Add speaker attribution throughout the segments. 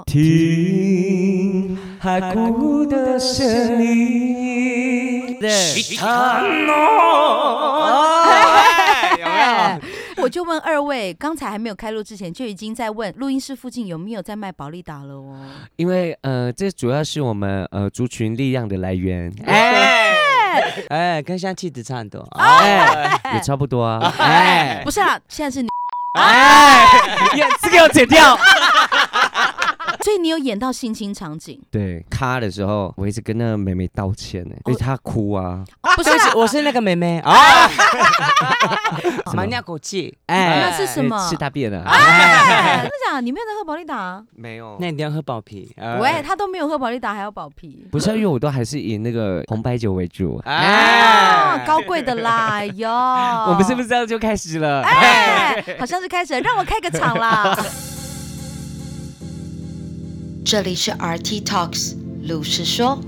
Speaker 1: 哦
Speaker 2: 听海哭的声音，
Speaker 1: 对，
Speaker 3: 哎有没有？
Speaker 1: 我就问二位，刚才还没有开录之前，就已经在问录音室附近有没有在卖保利达了哦。
Speaker 2: 因为呃，这主要是我们呃族群力量的来源。
Speaker 3: 哎
Speaker 2: 哎，跟现在气质差很多，
Speaker 3: 哎
Speaker 2: 哎，也差不多啊。
Speaker 3: 哎
Speaker 1: 不是啊，现在是你，
Speaker 3: 哎，
Speaker 2: 耶，这个要剪掉。
Speaker 1: 所以你有演到性侵场景，
Speaker 2: 对，咔的时候，我一直跟那个妹妹道歉呢，因为她哭啊。
Speaker 1: 不是
Speaker 3: 对不
Speaker 1: 啦
Speaker 3: 起，，我是那个妹哦妹啊，
Speaker 2: 什么
Speaker 3: 蛮尿口气，
Speaker 1: 啊那
Speaker 2: 哎，
Speaker 1: 是什么
Speaker 2: 吃？大便了？
Speaker 1: 哎真的假的？你没有在喝保利达？
Speaker 2: 没有
Speaker 3: 那一定要喝宝啤。
Speaker 2: 哎
Speaker 3: 呃
Speaker 1: 喂，，他都没有喝保利达，还要保啤。
Speaker 2: 不是，因为我都还是以那个红白酒为主。
Speaker 1: 啊，
Speaker 3: 哎，
Speaker 1: 高贵的啦，哎呦，我
Speaker 2: 我们是不是这样就开始了？
Speaker 1: 哎，好像是开始了，让我开个场啦。
Speaker 4: 这里是 RT Talks 鲁是说。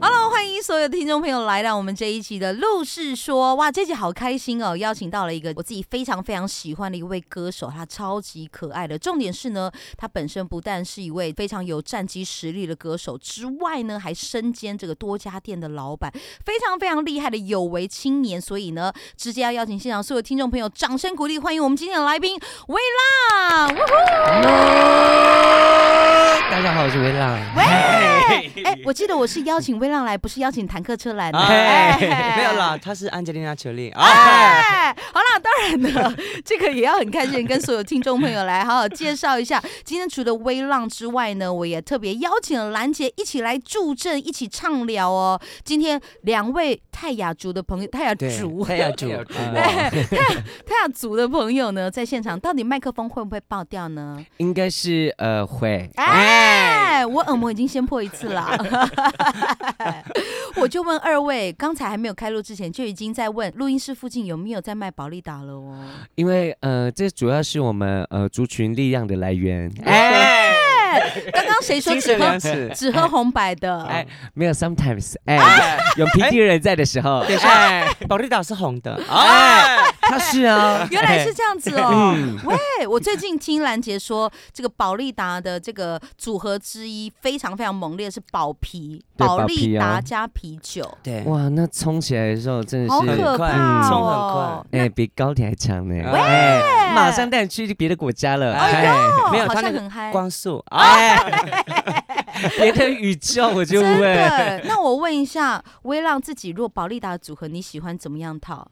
Speaker 1: Hello，欢迎所有的听众朋友来到我们这一期的《陆氏说》。哇，这集好开心哦！邀请到了一个我自己非常非常喜欢的一位歌手，他超级可爱的。重点是呢，他本身不但是一位非常有战绩实力的歌手之外呢，还身兼这个多家店的老板，非常非常厉害的有为青年。所以呢，直接要邀请现场所有听众朋友掌声鼓励，欢迎我们今天的来宾维拉。呜呼
Speaker 2: 大家好，我是维朗。
Speaker 1: 喂，哎，我记得我是邀请微浪来，不是邀请坦克车来的。
Speaker 3: 哎，没有啦，她是安吉丽娜·裘丽。哎，
Speaker 1: 哎， 好啦，当然的，这个也要很开心，跟所有听众朋友来好好介绍一下。今天除了微浪之外呢，我也特别邀请了兰姐一起来助阵，一起畅聊哦。今天两位泰雅族的朋友，泰雅
Speaker 3: 对
Speaker 1: 族，，
Speaker 3: 她要煮
Speaker 2: 要煮，
Speaker 3: 哎
Speaker 1: 哎泰雅泰雅族的朋友呢，在现场到底麦克风会不会爆掉呢？
Speaker 2: 应该是呃会，
Speaker 1: 哎，我耳膜已经先破一次 了。我就问二位，刚才还没有开录之前，就已经在问录音室附近有没有在卖保利达了哦。
Speaker 2: 因为呃这主要是我们呃族群力量的来源。
Speaker 3: 哎，
Speaker 1: 刚刚谁说
Speaker 3: 精
Speaker 1: 只
Speaker 3: 神
Speaker 1: 喝
Speaker 3: 粮食。
Speaker 1: 只喝红白的？
Speaker 3: 哎，
Speaker 2: 没有 sometimes，哎，有平地人在的时候，
Speaker 3: 等一下，
Speaker 1: 哎
Speaker 3: 保利岛是红的。哎，
Speaker 2: 他是啊，
Speaker 1: 原来是这样子哦。
Speaker 3: 嗯
Speaker 1: 喂，我最近听兰杰说，这个保利达的这个组合之一非常非常猛烈，是保啤，
Speaker 2: 对
Speaker 1: 保
Speaker 2: 保
Speaker 1: 利
Speaker 2: 啤啊
Speaker 1: 达加啤酒，
Speaker 3: 对，
Speaker 2: 哇，那冲起来的时候真的
Speaker 1: 好
Speaker 2: 是，嗯
Speaker 1: 可
Speaker 3: 很快
Speaker 1: 怕
Speaker 3: 冲很
Speaker 1: 哦！
Speaker 2: 哎，比高铁还强呢，
Speaker 3: 喂
Speaker 2: 哎，马上带你去别的国家了，
Speaker 3: 哎
Speaker 1: 哦
Speaker 3: 没有
Speaker 1: 好
Speaker 3: 他
Speaker 1: 像
Speaker 3: 那
Speaker 1: 很啊
Speaker 3: 个
Speaker 1: 哦嗨。
Speaker 3: 光速。哎，
Speaker 2: 哎别的宇宙我就
Speaker 1: 真
Speaker 2: 问，
Speaker 1: 的，那我问一下，微浪自己若保利达的组合，你喜欢怎么样套？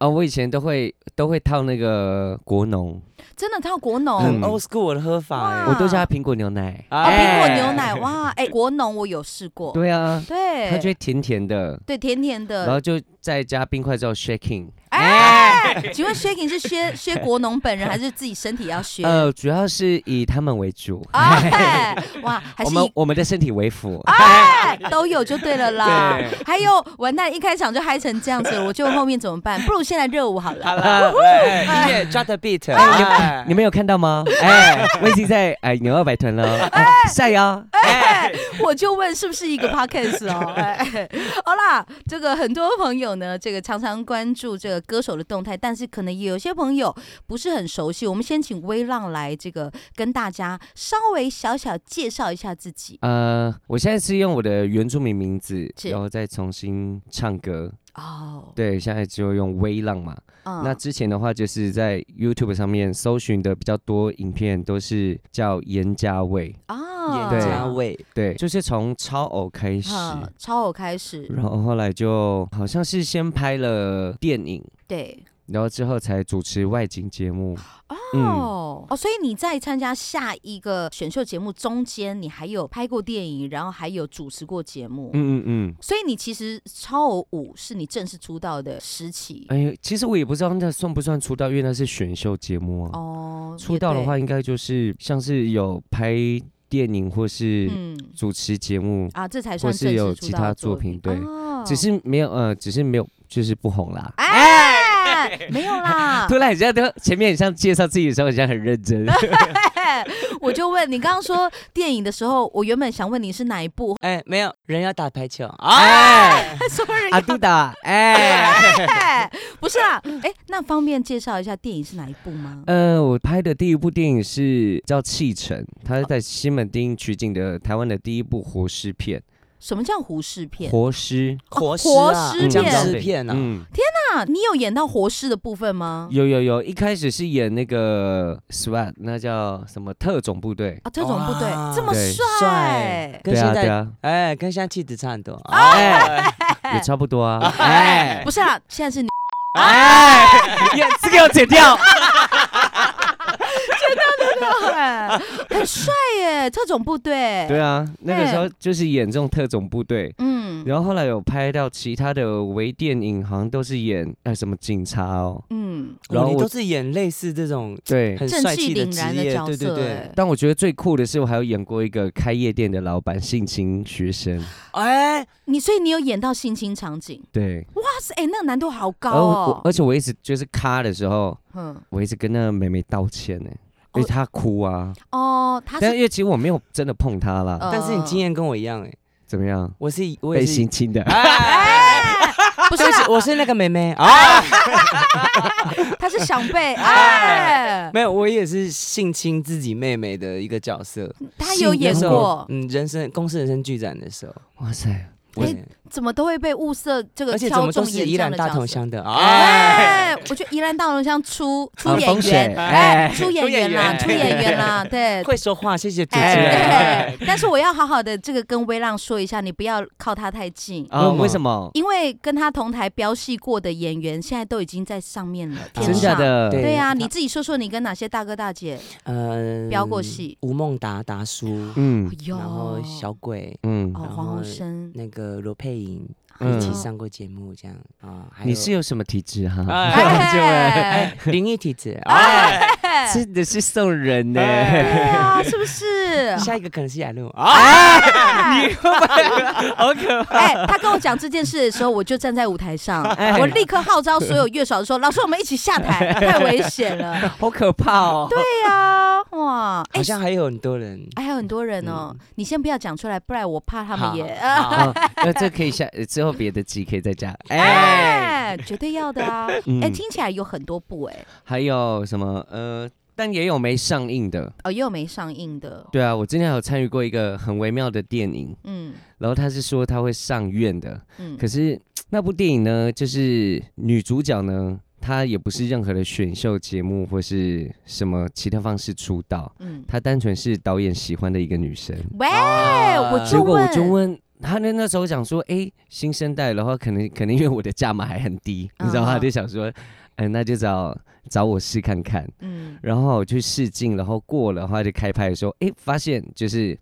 Speaker 2: 哦，我以前都会都会套那个国农，
Speaker 1: 真的套国农、
Speaker 2: 嗯
Speaker 3: 很 old school 的喝法哎
Speaker 1: 哇。
Speaker 2: 我都叫它苹果牛奶，
Speaker 1: 哦，苹
Speaker 3: 哎
Speaker 1: 果牛奶哇，哎、国农我有试过，
Speaker 2: 对啊，
Speaker 1: 对，
Speaker 2: 它就会甜甜的，
Speaker 1: 对甜甜
Speaker 2: 然后
Speaker 1: 的。
Speaker 2: 就再加冰块之后 shaking。
Speaker 1: 哎，请问 Shaking 是 薛薛国农本人，还是自己身体要薛？
Speaker 3: 哎
Speaker 2: 呃，主要是以他们为主，
Speaker 1: 哎，哇，还
Speaker 2: 我
Speaker 1: 是
Speaker 2: 们
Speaker 1: 以
Speaker 2: 我们的身体为辅。
Speaker 1: 哎都有就对了啦
Speaker 3: 对。
Speaker 1: 还有完蛋，一开场就嗨成这样子，我就后面怎么 办？不如先来热舞好了。
Speaker 3: 好了，
Speaker 1: 哎
Speaker 3: 喂音乐 drop the beat，哎
Speaker 1: 啊
Speaker 2: 你们有看到吗？哎，我已经在哎牛二百屯了，哎晒啊！
Speaker 1: 哎，我就问是不是一个 podcast 哦？哎，好啦，这个很多朋友呢，这个常常关注这个歌手的动态，但是可能也有些朋友不是很熟悉。我们先请微浪来这个跟大家稍微小小介绍一下自己
Speaker 2: 呃，我现在是用我的原住民名字，
Speaker 1: 是
Speaker 2: 然后再重新唱歌。
Speaker 1: 哦。
Speaker 2: 对，现在就用微浪嘛。
Speaker 1: 嗯
Speaker 2: 那之前的话，就是在 YouTube 上面搜寻的比较多影片，都是叫严家卫。
Speaker 1: 啊
Speaker 2: 对
Speaker 3: 眼加味，
Speaker 2: 对，就是从超偶开始。嗯
Speaker 1: 嗯，超偶开始，
Speaker 2: 然后后来就好像是先拍了电影，
Speaker 1: 对
Speaker 2: 然后之后才主持外景节目。嗯，
Speaker 1: 哦、哦，所以你在参加下一个选秀节目中间，你还有拍过电影，然后还有主持过节目，
Speaker 2: 嗯嗯嗯。
Speaker 1: 所以你其实超偶舞是你正式出道的时期、
Speaker 2: 哎、其实我也不知道那算不算出道，因为那是选秀节目啊。
Speaker 1: 哦。
Speaker 2: 出道的
Speaker 1: 也
Speaker 2: 话，应该就是像是有拍电影或
Speaker 1: 对，
Speaker 2: 是
Speaker 1: 嗯
Speaker 2: 主持节目，
Speaker 1: 啊，这才
Speaker 2: 或
Speaker 1: 算正
Speaker 2: 是
Speaker 1: 式
Speaker 2: 有
Speaker 1: 出
Speaker 2: 其
Speaker 1: 道
Speaker 2: 他
Speaker 1: 的
Speaker 2: 作
Speaker 1: 作
Speaker 2: 品，
Speaker 1: 品，
Speaker 2: 对。
Speaker 1: 哦
Speaker 2: 只是没有，呃，只是没有，就是不红啦。
Speaker 1: 哎，没有啦哦
Speaker 2: 突。然，很像都前面很像介绍自己的时候，很像很认真。
Speaker 1: 哎，我就问你，刚刚说电影的时候，我原本想问你是哪一部，
Speaker 3: 哎，没有人要打排球，哎，
Speaker 1: 说人
Speaker 2: 阿杜达，哎，
Speaker 1: 啊哎， 不是啦，哎，那方便介绍一下电影是哪一部吗？
Speaker 2: 呃，我拍的第一部电影是叫《弃城》，它是在西门町取景的台湾的第一部活尸片，
Speaker 1: 什么叫胡适片？
Speaker 2: 活尸
Speaker 3: 活尸啊
Speaker 1: 活尸
Speaker 3: 僵
Speaker 1: 片
Speaker 3: 尸片啊，
Speaker 2: 嗯，
Speaker 1: 那你有演到活尸的部分吗？
Speaker 2: 有有有，一开始是演那个 SWAT，那叫什么特种部队。
Speaker 1: 啊，特种部队
Speaker 3: 哇
Speaker 1: 这么
Speaker 2: 对
Speaker 1: 帅，
Speaker 3: 跟
Speaker 2: 对
Speaker 3: 现
Speaker 2: 啊对
Speaker 3: 在
Speaker 2: 啊，
Speaker 3: 哎，跟现在气质差很多，
Speaker 2: 哎，也差不多啊。哎
Speaker 1: 不是啦，现在 是你
Speaker 2: 哎， 也这个要剪掉。
Speaker 1: 对，很帅耶，特种部队。
Speaker 2: 对啊，那个时候
Speaker 1: 哎
Speaker 2: 就是演这种特种部队，
Speaker 3: 啊
Speaker 1: 嗯
Speaker 2: 然后后来有拍到其他的微电影，好像都是演呃什么警察哦。
Speaker 1: 嗯，
Speaker 2: 然
Speaker 3: 然
Speaker 2: 后
Speaker 3: 后
Speaker 2: 我
Speaker 3: 都是演类似这种
Speaker 2: 对，
Speaker 3: 很
Speaker 1: 正
Speaker 3: 帅
Speaker 1: 气
Speaker 3: 气的
Speaker 1: 凛然
Speaker 3: 职
Speaker 1: 的
Speaker 3: 业，
Speaker 1: 角
Speaker 3: 对对
Speaker 1: 色
Speaker 3: 对，
Speaker 1: 耶，
Speaker 2: 但我觉得最酷的是，我还有演过一个开夜店的老板性侵学生。
Speaker 3: 哎，
Speaker 1: 你所以你有演到性侵场景，
Speaker 2: 对，
Speaker 1: 哇塞，哎，那个难度好高
Speaker 2: 而
Speaker 3: 呃
Speaker 2: 我
Speaker 1: 哦
Speaker 2: 而。且我一直就是咔的时候，
Speaker 1: 嗯，
Speaker 2: 我一直跟那个妹妹道歉呢，因为她哭哦啊。哦
Speaker 1: 哦，他
Speaker 2: 但
Speaker 1: 是
Speaker 2: 因为其实我没有真的碰她啦，
Speaker 1: 呃
Speaker 3: 但是你经验跟我一样，哎，
Speaker 2: 怎么样？
Speaker 3: 我是我
Speaker 2: 被
Speaker 3: 也是
Speaker 2: 性，侵的，
Speaker 3: 哎，
Speaker 1: 不是啊
Speaker 3: 对不
Speaker 1: 啦
Speaker 3: 起，我是那个妹妹啊，
Speaker 1: 他是想 被哎，
Speaker 3: 没有，我也是性侵自己妹妹的一个角色，
Speaker 1: 他有演
Speaker 3: 那时候
Speaker 1: 过，
Speaker 3: 嗯，人生公司人生剧展的时候，
Speaker 2: 哇塞！
Speaker 3: 我
Speaker 1: 哎怎么都会被物色这个
Speaker 3: 而且怎
Speaker 1: 挑
Speaker 3: 么都
Speaker 1: 中
Speaker 3: 是
Speaker 1: 演
Speaker 3: 依
Speaker 1: 这样
Speaker 3: 然
Speaker 1: 的
Speaker 3: 大
Speaker 1: 角
Speaker 3: 同
Speaker 1: 色。
Speaker 3: 乡的啊，
Speaker 1: 哎，我觉得宜兰大龙乡出出
Speaker 2: 啊
Speaker 1: 演
Speaker 2: 风水
Speaker 1: 员，哎，
Speaker 2: 哎
Speaker 1: 出演员啦，出
Speaker 3: 出
Speaker 1: 演
Speaker 3: 演
Speaker 1: 员啦，对，
Speaker 3: 会说话，谢谢主持人。
Speaker 1: 哎，对，但是我要好好的这个跟微浪说一下，你不要靠他太近。
Speaker 2: 啊，
Speaker 3: 为
Speaker 2: 为
Speaker 3: 什
Speaker 2: 什么？
Speaker 1: 因为跟他同台标戏过的演员，现在都已经在上面
Speaker 3: 啊
Speaker 1: 了，天
Speaker 2: 真假
Speaker 1: 上。
Speaker 2: 的？
Speaker 3: 对
Speaker 1: 对啊，
Speaker 3: 他
Speaker 1: 你自己说说，你跟哪些大哥大姐？
Speaker 3: 嗯，
Speaker 1: 飙过戏
Speaker 3: 吴孟达达叔，
Speaker 2: 嗯
Speaker 1: 哎呦，
Speaker 3: 然后
Speaker 1: 哦，
Speaker 3: 小鬼，
Speaker 2: 嗯，
Speaker 1: 黄鸿升，
Speaker 3: 那个罗佩莹
Speaker 2: 嗯
Speaker 3: 一起上过节目，这样啊，还有啊
Speaker 2: 你是有什么体质啊哈？
Speaker 3: 哎
Speaker 1: 哎
Speaker 3: 灵异体质啊，
Speaker 2: 真的是送人呢。
Speaker 1: 对啊，哎是不是？
Speaker 3: 下一个可能是雅露啊，
Speaker 1: 哎，他跟我讲这件事的时候，我就站在舞台上，我立刻号召所有乐手说：“老师，我们一起下台，太危险了。
Speaker 2: 好可怕哦！”
Speaker 1: 对呀，哇，哎
Speaker 3: 好，像还有很多人。
Speaker 1: 还有很多人哦，你先不要讲出来，不然我怕他们
Speaker 3: 好
Speaker 1: 也。
Speaker 3: 好
Speaker 2: 啊， 那这可以下呃之后别的集可以再加。哎，
Speaker 1: 哎，绝对要的啊！
Speaker 2: 嗯
Speaker 1: 哎，听起来有很多部哎，
Speaker 2: 还有什么呃？但也有没上映的，
Speaker 1: 哦，也有没上映的，
Speaker 2: 对啊，我之前有参与过一个很微妙的电影，
Speaker 1: 嗯
Speaker 2: 然后他是说他会上院的，
Speaker 1: 嗯
Speaker 2: 可是那部电影呢，就是女主角呢，她也不是任何的选秀节目或是什么其他方式出道，
Speaker 1: 嗯。
Speaker 2: 她单纯是导演喜欢的一个女生。
Speaker 1: 喂，
Speaker 3: 啊
Speaker 1: 我
Speaker 2: 结
Speaker 1: 就
Speaker 2: 果我就
Speaker 1: 问，
Speaker 2: 问他那那时候想说，哎、新生代的话，可能可能因为我的价码还很低，
Speaker 1: 嗯
Speaker 2: 你知道吗？他就想说，嗯、那就找找我试看看。
Speaker 1: 嗯，
Speaker 2: 然后我去试镜，然后过了，然后就开拍的时候，哎、发现就是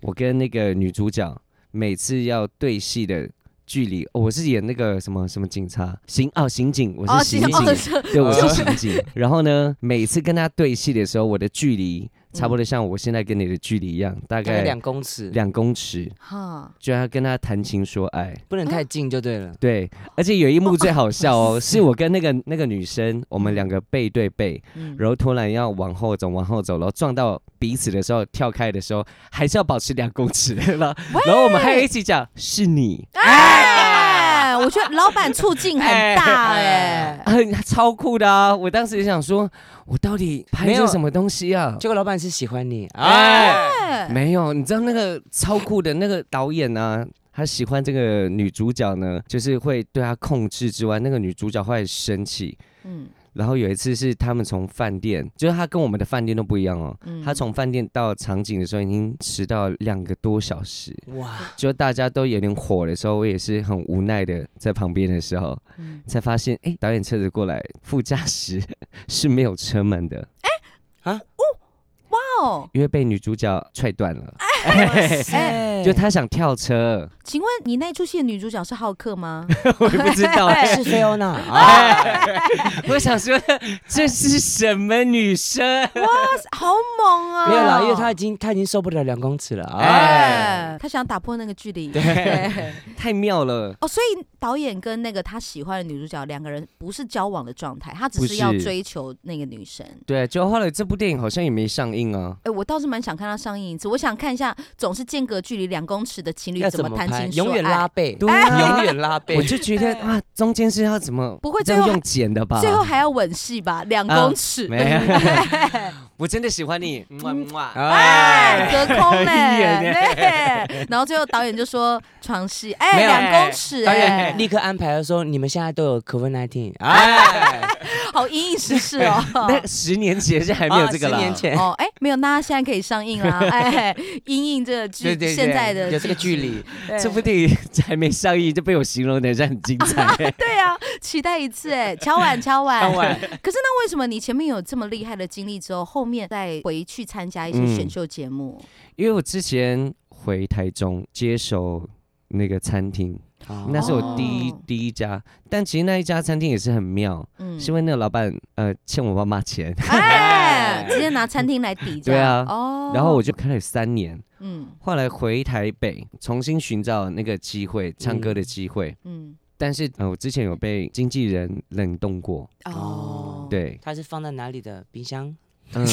Speaker 2: 我跟那个女主角每次要对戏的。距离、哦我是演那个什么什么警察刑哦刑警，我
Speaker 1: 哦，
Speaker 2: 是刑警，
Speaker 1: 哦是
Speaker 2: 对我是
Speaker 3: 哦
Speaker 2: 刑警。然后呢，每次跟他对戏的时候，我的距离差不多像我现在跟你的距离一样，大
Speaker 3: 大概
Speaker 2: 概
Speaker 3: 两公尺，
Speaker 2: 两公尺，
Speaker 1: 哈，
Speaker 2: 就要跟他谈情说爱。
Speaker 3: 不能太近就对了。
Speaker 2: 对，而且有一幕最好笑哦，是我跟那个那个女生，我们两个背对背，
Speaker 1: 嗯，
Speaker 2: 然后突然要往后走，往后走，然后撞到彼此的时候，跳开的时候还是要保持两公尺的了。然后我们还有一起讲是你，
Speaker 1: 哎，我觉得老板促进很大
Speaker 3: 啊
Speaker 1: 哎，
Speaker 2: 很超酷的啊！我当时也想说，我到底拍
Speaker 3: 没
Speaker 2: 的
Speaker 3: 有
Speaker 2: 是什么东西啊？
Speaker 3: 结果老板是喜欢你，哎，
Speaker 1: 哎，
Speaker 2: 没有，你知道那个超酷的那个导演啊，他喜欢这个女主角呢，就是会对她控制之外，那个女主角会生气。
Speaker 1: 嗯
Speaker 2: 然后有一次是他们从饭店，就是他跟我们的饭店都不一样哦。
Speaker 1: 嗯
Speaker 2: 他从饭店到场景的时候已经迟到两个多小时，
Speaker 3: 哇，
Speaker 2: 就大家都有点火的时候，我也是很无奈的在旁边的时候，
Speaker 1: 嗯
Speaker 2: 才发现哎，导演车子过来，副驾驶是没有车门的，
Speaker 1: 哦，
Speaker 2: 因为被女主角踹断了。
Speaker 1: 哎，
Speaker 2: 就他想跳车，
Speaker 1: 请问你那出戏的女主角是浩克吗？
Speaker 2: 我也不知道。
Speaker 3: 是菲欧娜
Speaker 1: 哎
Speaker 3: 啊，
Speaker 2: 我想说这是什么女生？
Speaker 1: 好猛啊！
Speaker 3: 没有啦，因为她已经她已经受不了两公尺了啊。
Speaker 1: 哎，他想打破那个距离。对
Speaker 2: 太妙了。
Speaker 1: 哦，所以导演跟那个他喜欢的女主角两个人不是交往的状态，他只
Speaker 2: 不
Speaker 1: 是要
Speaker 2: 是
Speaker 1: 追求那个女生。
Speaker 2: 对，就后来这部电影好像也没上映啊。
Speaker 1: 哎、我倒是蛮想看他上映一次，我想看一下总是间隔距离两公尺的情侣
Speaker 3: 要
Speaker 1: 怎
Speaker 3: 怎
Speaker 1: 么
Speaker 3: 么
Speaker 1: 谈
Speaker 3: 拍？
Speaker 1: 情
Speaker 3: 永
Speaker 1: 说
Speaker 3: 远拉
Speaker 1: 爱。哎
Speaker 3: 背，
Speaker 2: 对啊
Speaker 3: 永远拉背
Speaker 2: 我。就觉得啊，中间是要怎么
Speaker 1: 不会
Speaker 2: 这
Speaker 1: 最后
Speaker 2: 样用剪的吧？
Speaker 1: 最后还要吻戏吧，两公尺，
Speaker 2: 没有， 我真的喜欢你，嗯么
Speaker 3: 嗯
Speaker 2: 么。
Speaker 3: 啊
Speaker 1: 哎，隔空
Speaker 2: 很
Speaker 1: 嘞，对。然后最后导演就说床戏，哎，
Speaker 3: 没有
Speaker 1: 两公尺，
Speaker 3: 导演
Speaker 1: 哎，
Speaker 3: 立刻安排了说，你们现在都有 COVID 19，哎，
Speaker 1: 好阴影时事哦。
Speaker 2: 那十年前是还没有这个
Speaker 3: 啊
Speaker 2: 啦。
Speaker 3: 十年前，
Speaker 1: 哦，哎，没有，那他现在可以上映啦，哎，阴影这个剧
Speaker 3: 对对对，
Speaker 1: 现在的
Speaker 3: 有这个距离，
Speaker 1: 对
Speaker 2: 这部电影 还没上映就被我形容的像很精彩。
Speaker 1: 对啊，期待一次哎，敲碗敲碗。
Speaker 3: 当晚
Speaker 1: 可是那为什么你前面有这么厉害的经历之后，后面再回去参加一些
Speaker 2: 嗯
Speaker 1: 选秀节目？
Speaker 2: 因为我之前回台中接手那个餐厅，那是我第一、
Speaker 1: 哦
Speaker 2: 第一家，但其实那一家餐厅也是很妙，
Speaker 1: 嗯
Speaker 2: 是因为那个老板呃欠我爸妈钱，
Speaker 1: 哎，直接拿餐厅来抵
Speaker 2: 对啊
Speaker 1: 这样哦，
Speaker 2: 然后我就开了三年，
Speaker 1: 嗯
Speaker 2: 后来回台北重新寻找那个机会，唱歌的机会。
Speaker 1: 嗯
Speaker 2: 但是呃，我之前有被经纪人冷冻过，
Speaker 1: 哦
Speaker 3: 哦，
Speaker 2: 对，
Speaker 3: 它是放在哪里的冰箱？
Speaker 2: 嗯，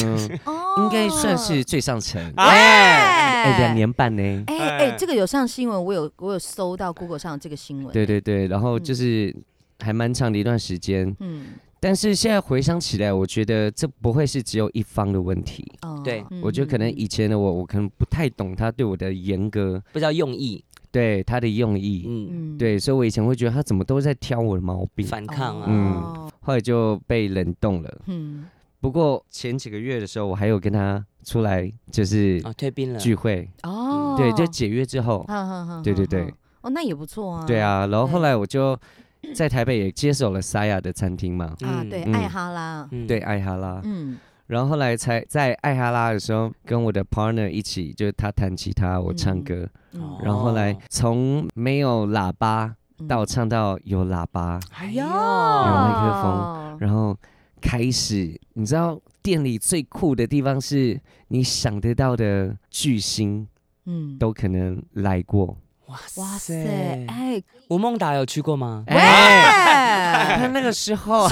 Speaker 1: 哦，
Speaker 2: 应该算是最上层，
Speaker 1: 哎
Speaker 2: 哎，两。年半呢。
Speaker 1: 哎哎，这个有上新闻，我有我有搜到 Google 上的这个新闻。
Speaker 2: 对，对对，然后就是还蛮长的一段时间，
Speaker 1: 嗯，
Speaker 2: 但是现在回想起来，我觉得这不会是只有一方的问题。
Speaker 1: 哦
Speaker 3: 对
Speaker 1: 嗯
Speaker 2: 我觉得可能
Speaker 1: 嗯
Speaker 2: 以前的我，我可能不太懂他对我的严格，
Speaker 3: 不知道用意，
Speaker 2: 对他的用意，
Speaker 3: 嗯，
Speaker 1: 嗯
Speaker 2: 对，所以我以前会觉得他怎么都在挑我的毛病，
Speaker 3: 反抗啊，
Speaker 1: 哦
Speaker 2: 后来就被冷冻了。
Speaker 1: 嗯
Speaker 2: 不过前几个月的时候，我还有跟他出来就是
Speaker 3: 啊，退兵了，
Speaker 2: 哦聚会，
Speaker 1: 哦，
Speaker 2: 嗯对，就解约之后，
Speaker 1: 哼，哼哼
Speaker 2: 对对
Speaker 1: 哼
Speaker 2: 对
Speaker 1: 哼哦，那也不错啊。
Speaker 2: 对啊，然后后
Speaker 1: 对
Speaker 2: 来我就在台北也接手了沙雅的餐厅嘛，
Speaker 1: 啊，
Speaker 3: 嗯
Speaker 1: 对，
Speaker 2: 嗯
Speaker 1: 爱哈啦，
Speaker 3: 嗯
Speaker 2: 对，，艾哈拉，
Speaker 1: 嗯，
Speaker 2: 然后后来才在艾哈拉的时候，跟我的 partner 一起，就是他弹吉他，我唱
Speaker 1: 嗯
Speaker 2: 歌，
Speaker 1: 嗯
Speaker 2: 然后后来
Speaker 3: 哦
Speaker 2: 从没有喇叭
Speaker 1: 嗯
Speaker 2: 到唱到有喇叭，
Speaker 3: 哎
Speaker 1: 有
Speaker 3: 呦，
Speaker 2: 麦克风然后开始，你知道店里最酷的地方是你想得到的巨星
Speaker 1: 嗯，
Speaker 2: 都可能来过，
Speaker 1: 哇塞，哎，
Speaker 3: 吴孟达有去过吗？
Speaker 2: 他
Speaker 1: 喂，
Speaker 2: 那个时候啊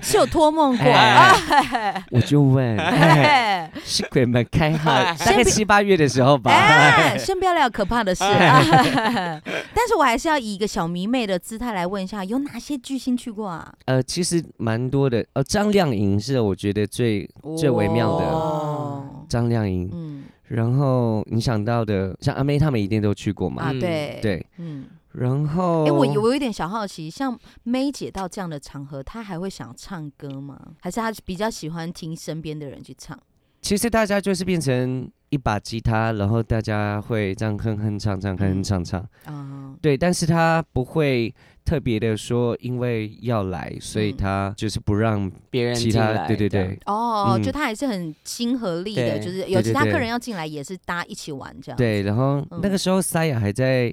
Speaker 1: 是有 是有托梦过，
Speaker 2: 哎
Speaker 1: 哎
Speaker 2: 我就问。哎
Speaker 1: 哎
Speaker 2: 是鬼门开哈，大概
Speaker 1: 先别
Speaker 2: 七八月的时候吧。
Speaker 1: 哎，先不要聊可怕的事，哎 但是我还是要以一个小迷妹的姿态来问一下，有哪些巨星去过啊？
Speaker 2: 呃，其实蛮多的。呃，张靓颖是我觉得最最微妙的。
Speaker 1: 哦，
Speaker 2: 张靓颖，
Speaker 1: 嗯
Speaker 2: 然后你想到的，像阿妹他们一定都去过嘛。
Speaker 1: 啊，
Speaker 3: 嗯
Speaker 1: 对，
Speaker 2: 对，
Speaker 1: 嗯。
Speaker 2: 然后
Speaker 1: 哎、我有我有一点小好奇，像 May 姐到这样的场合，她还会想唱歌吗？还是她比较喜欢听身边的人去唱？
Speaker 2: 其实大家就是变成一把吉他，然后大家会这样哼哼唱唱哼哼
Speaker 3: 嗯
Speaker 2: 唱唱。
Speaker 1: 啊、
Speaker 2: 对，但是他不会特别的说，因为要来，所以
Speaker 1: 嗯
Speaker 2: 他就是不让
Speaker 3: 别人
Speaker 2: 其
Speaker 3: 进
Speaker 2: 他
Speaker 3: 来
Speaker 2: 对对
Speaker 3: 这样
Speaker 2: 对
Speaker 1: 哦，
Speaker 2: 嗯
Speaker 1: 就她还是很亲和力的，
Speaker 3: 对
Speaker 1: 就是
Speaker 2: 对
Speaker 1: 有
Speaker 2: 对
Speaker 1: 其他
Speaker 2: 对
Speaker 1: 客人要进来，也是大家一起玩这样。，
Speaker 3: 哦
Speaker 2: 对。然后那
Speaker 1: 嗯
Speaker 2: 个时候塞雅还在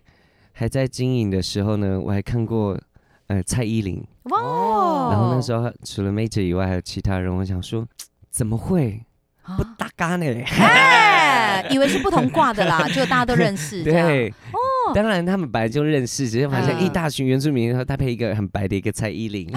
Speaker 2: 还在经营的时候呢，我还看过呃蔡依林。
Speaker 1: 哇、
Speaker 3: 哦
Speaker 2: 然后那时候除了 Major 以外，还有其他人。我想说，怎么会
Speaker 1: 啊
Speaker 2: 不搭嘎呢？
Speaker 1: 哎、 以为是不同挂的啦，就大家都认识这样。哦
Speaker 2: 对，当然他们本来就认识，只是发现
Speaker 1: 嗯啊
Speaker 2: 一大群原住民，然后搭配一个很白的一个蔡依林，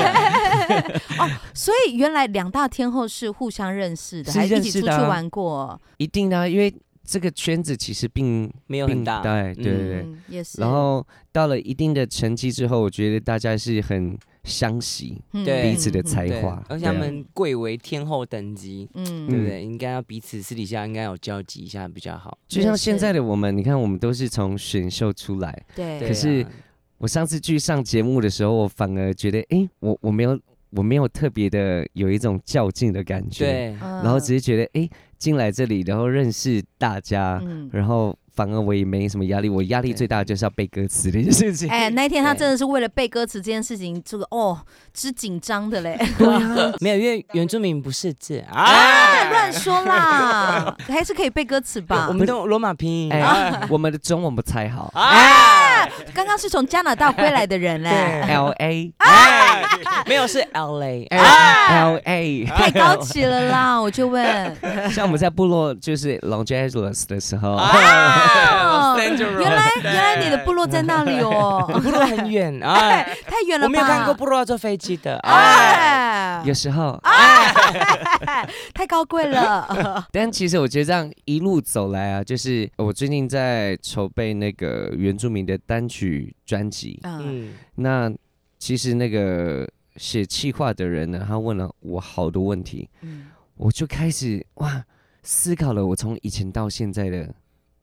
Speaker 1: 哎哦，所以原来两大天后是互相认识的，
Speaker 2: 是
Speaker 1: 还一
Speaker 2: 认
Speaker 1: 起
Speaker 2: 识
Speaker 1: 出去
Speaker 2: 的啊
Speaker 1: 玩过。
Speaker 2: 一定的啊，因为这个圈子其实并
Speaker 3: 没有
Speaker 2: 并
Speaker 3: 很大，
Speaker 2: 对对对对。
Speaker 1: 嗯，也是。
Speaker 2: 然后到了一定的成绩之后，我觉得大家是很相惜
Speaker 1: 嗯
Speaker 3: 对
Speaker 2: 彼此的才
Speaker 3: 对
Speaker 2: 华，
Speaker 3: 而且他
Speaker 2: 对啊
Speaker 3: 们贵为天后等级，
Speaker 2: 啊
Speaker 1: 嗯
Speaker 3: 对不对？应该要彼此私底下应该有交集一下比较好。
Speaker 2: 就像现在的我们，你看我们都是从选秀出来，
Speaker 1: 对，
Speaker 3: 对
Speaker 2: 可是
Speaker 3: 啊
Speaker 2: 我上次去上节目的时候，我反而觉得，诶，我我没有我没有特别的有一种较劲的感觉，，
Speaker 3: 对，啊
Speaker 1: 然
Speaker 2: 然后只是觉得，诶，进来这里，然后认识大家，
Speaker 1: 嗯，
Speaker 2: 然后反而我也没什么压力，我压力
Speaker 3: 对
Speaker 2: 最大的就是要背歌词这件事 情。
Speaker 1: 哎，那一天他
Speaker 3: 对
Speaker 1: 真的是为了背歌词这件事情，这个哦，之紧张的嘞，
Speaker 2: 嗯哎
Speaker 3: 对啊，没有，因为原住民不识字啊，
Speaker 1: 乱哎乱说 啦，还是可以背歌词吧
Speaker 3: 我。们都罗马拼音。
Speaker 2: 哎、
Speaker 3: 哎
Speaker 2: 我们的中文不太好
Speaker 1: 啊
Speaker 3: 哎
Speaker 1: 刚刚是从加拿大归来的人嘞，
Speaker 2: ，L A
Speaker 3: 哎， 没有是 L A，
Speaker 2: L A。
Speaker 1: 太高级了啦！我就问，
Speaker 2: 像我们在部落就是 Los Angeles 的 时
Speaker 1: 啊
Speaker 2: 候，
Speaker 1: 哦，原来原来你的部落在那里 哦，
Speaker 3: 部落很远哎，
Speaker 1: 太远了吧？
Speaker 3: 我没有看过部落坐飞机的哎。
Speaker 1: 哎，
Speaker 2: 有时候，
Speaker 1: 太高贵 了。
Speaker 2: 但其实我觉得这样一路走来啊，就是我最近在筹备那个原住民的单曲专辑，
Speaker 1: 嗯，
Speaker 3: 嗯，
Speaker 2: 那其实那个写企划的人呢，他问了我好多问题，
Speaker 1: 嗯
Speaker 2: 我就开始哇思考了我从以前到现在的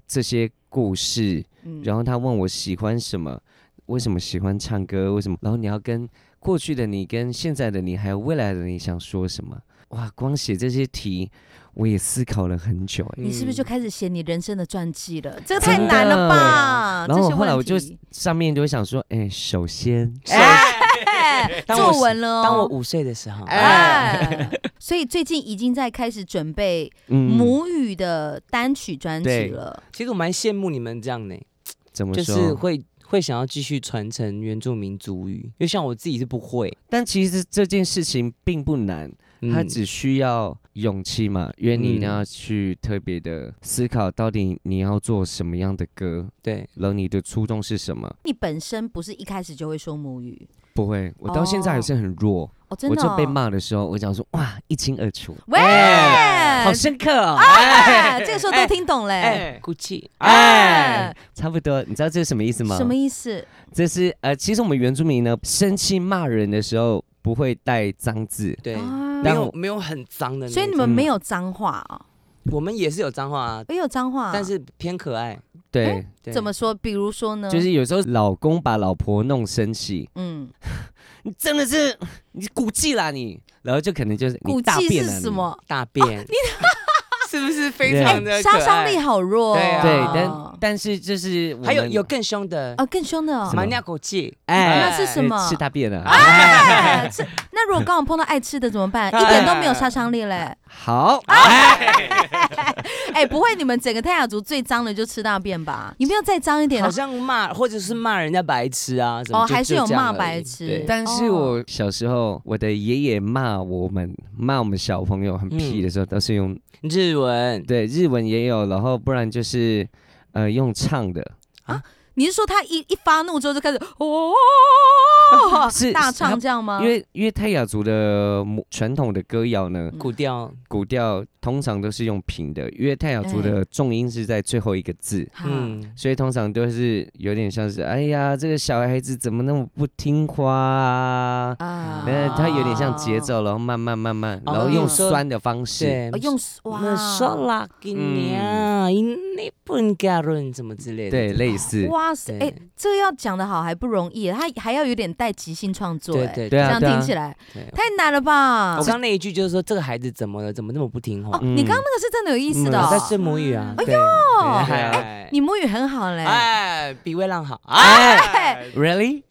Speaker 2: 这些故事，
Speaker 1: 嗯
Speaker 2: 然后他问我喜欢什么，为什么喜欢唱歌，为什么，然后你要跟过去的你、跟现在的你，还有未来的你想说什么？哇，光写这些题，我也思考了很久、欸。
Speaker 1: 你是不
Speaker 3: 嗯
Speaker 1: 是就开始写你人生的传记了？这个
Speaker 2: 真
Speaker 1: 太
Speaker 2: 的
Speaker 1: 难了吧？啊
Speaker 2: 然
Speaker 1: 这
Speaker 2: 后
Speaker 1: 是
Speaker 2: 后来
Speaker 1: 问
Speaker 2: 我就
Speaker 1: 题
Speaker 2: 上面就会想说，哎、首先，
Speaker 1: 哎
Speaker 3: 当我
Speaker 1: 作文了哦，
Speaker 3: 当我五岁的时候，
Speaker 1: 哎， 所以最近已经在开始准备
Speaker 2: 嗯，
Speaker 1: 母语的单曲专辑
Speaker 2: 对
Speaker 1: 了。
Speaker 3: 其实我蛮羡慕你们这样的，
Speaker 2: 怎么
Speaker 3: 就
Speaker 2: 说？
Speaker 3: 是会会想要继续传承原住民族语，因为像我自己是不会，
Speaker 2: 但其实这件事情并不难，
Speaker 3: 嗯
Speaker 2: 它只需要勇气嘛，因为你一定
Speaker 3: 嗯
Speaker 2: 要去特别的思考，到底你要做什么样的歌，
Speaker 3: 对
Speaker 2: 然后你的初衷是什么。
Speaker 1: 你本身不是一开始就会说母语
Speaker 2: 不会，我到现在还是很弱。
Speaker 1: 哦，真
Speaker 2: 我
Speaker 1: 的哦
Speaker 2: 就被骂的时候，我讲说哇，一清二楚，
Speaker 1: 喂，
Speaker 2: 好深刻哦。
Speaker 1: 哎，这个时候都听懂嘞，
Speaker 3: 哎，哭泣
Speaker 1: 哎
Speaker 3: 哎，，
Speaker 2: 差不多，你知道这是什么意思吗？
Speaker 1: 什么意思？
Speaker 2: 这是呃，其实我们原住民呢，生气骂人的时候不会带脏字，
Speaker 3: 对，
Speaker 1: 啊
Speaker 3: 没
Speaker 2: 但
Speaker 3: 有
Speaker 2: 我
Speaker 3: 没有很脏的那种，
Speaker 1: 所以你们没有脏话啊？
Speaker 3: 我们也是有脏话啊，
Speaker 1: 也有脏话啊，
Speaker 3: 但是偏可爱，
Speaker 2: 对，
Speaker 3: 对
Speaker 1: 怎么说？比如说呢？
Speaker 2: 就是有时候老公把老婆弄生气，
Speaker 1: 嗯，
Speaker 2: 你真的是你骨气啦你，然后就可能就是
Speaker 1: 骨
Speaker 2: 你大
Speaker 1: 气
Speaker 2: 便
Speaker 1: 是
Speaker 2: 啊你
Speaker 1: 什？么？
Speaker 3: 大便？ 是不是非
Speaker 2: 对
Speaker 1: 啊哎，杀伤力好弱哦。
Speaker 3: 对啊
Speaker 2: 对，但但是就是我们
Speaker 3: 还有有更凶的，
Speaker 1: 哦，更凶的哦啊
Speaker 2: 什。么
Speaker 3: 马尿口气，
Speaker 2: 哎
Speaker 1: 那是什
Speaker 2: 呃
Speaker 1: 么
Speaker 2: 吃大便了。
Speaker 1: 哎，这那如果刚好碰到爱吃的怎么 办？一点都没有杀伤力嘞。
Speaker 2: 好，
Speaker 1: 哎，不会，你们整个泰雅族最脏的就吃大便吧？你们要再脏一点
Speaker 3: 好。像骂或者是骂人家白痴啊什么，
Speaker 1: 啊哦
Speaker 3: 就
Speaker 1: 还是有
Speaker 3: 就这样
Speaker 1: 骂
Speaker 3: 而已
Speaker 1: 白痴哦
Speaker 3: 对
Speaker 2: 但是我小时候，我的爷爷骂我们，骂我们小朋友很屁的时候，都是用
Speaker 3: 日文
Speaker 2: 对日文也有，然后不然就是呃用唱的，
Speaker 1: 你是说他一一发怒之后就开始哦，
Speaker 2: 是
Speaker 1: 大
Speaker 2: 是他
Speaker 1: 唱这样吗？
Speaker 2: 因为因为泰雅族的母传统的歌谣呢，
Speaker 3: 古调，
Speaker 2: 古调通常都是用平的，因为泰雅族的重音是在最后一个字。
Speaker 1: 哈
Speaker 3: 嗯，
Speaker 2: 所以通常都是有点像是，哎呀，这个小孩子怎么那么不听话啊？
Speaker 1: 啊
Speaker 2: 那、它有点像节，奏，然后慢慢慢慢，然后用酸的方式。
Speaker 3: 对
Speaker 1: 哦，用哇，
Speaker 3: 那说啦，给你啊，你不应该论什么之类的，
Speaker 2: 对，类似，
Speaker 1: 哇塞，哎、
Speaker 3: 对
Speaker 1: 这个要讲的好还不容易，他还要有点带即兴创作，
Speaker 3: 对
Speaker 1: 哎
Speaker 3: 对
Speaker 2: 对
Speaker 1: 这
Speaker 2: 啊
Speaker 1: 样听起来、
Speaker 3: 对
Speaker 1: 太难了吧？
Speaker 3: 我刚那一句就是说，这个孩子怎么了？怎么那么不听话
Speaker 1: 哦，？
Speaker 2: 嗯
Speaker 1: 你刚刚那个是真的有意思的、
Speaker 2: 嗯
Speaker 1: 哦
Speaker 3: 在是母语啊，
Speaker 1: 哎
Speaker 3: 对，
Speaker 2: 对啊
Speaker 3: 哎
Speaker 1: 你母语很好嘞。
Speaker 3: 哎，比魏浪好，哎，
Speaker 2: Really？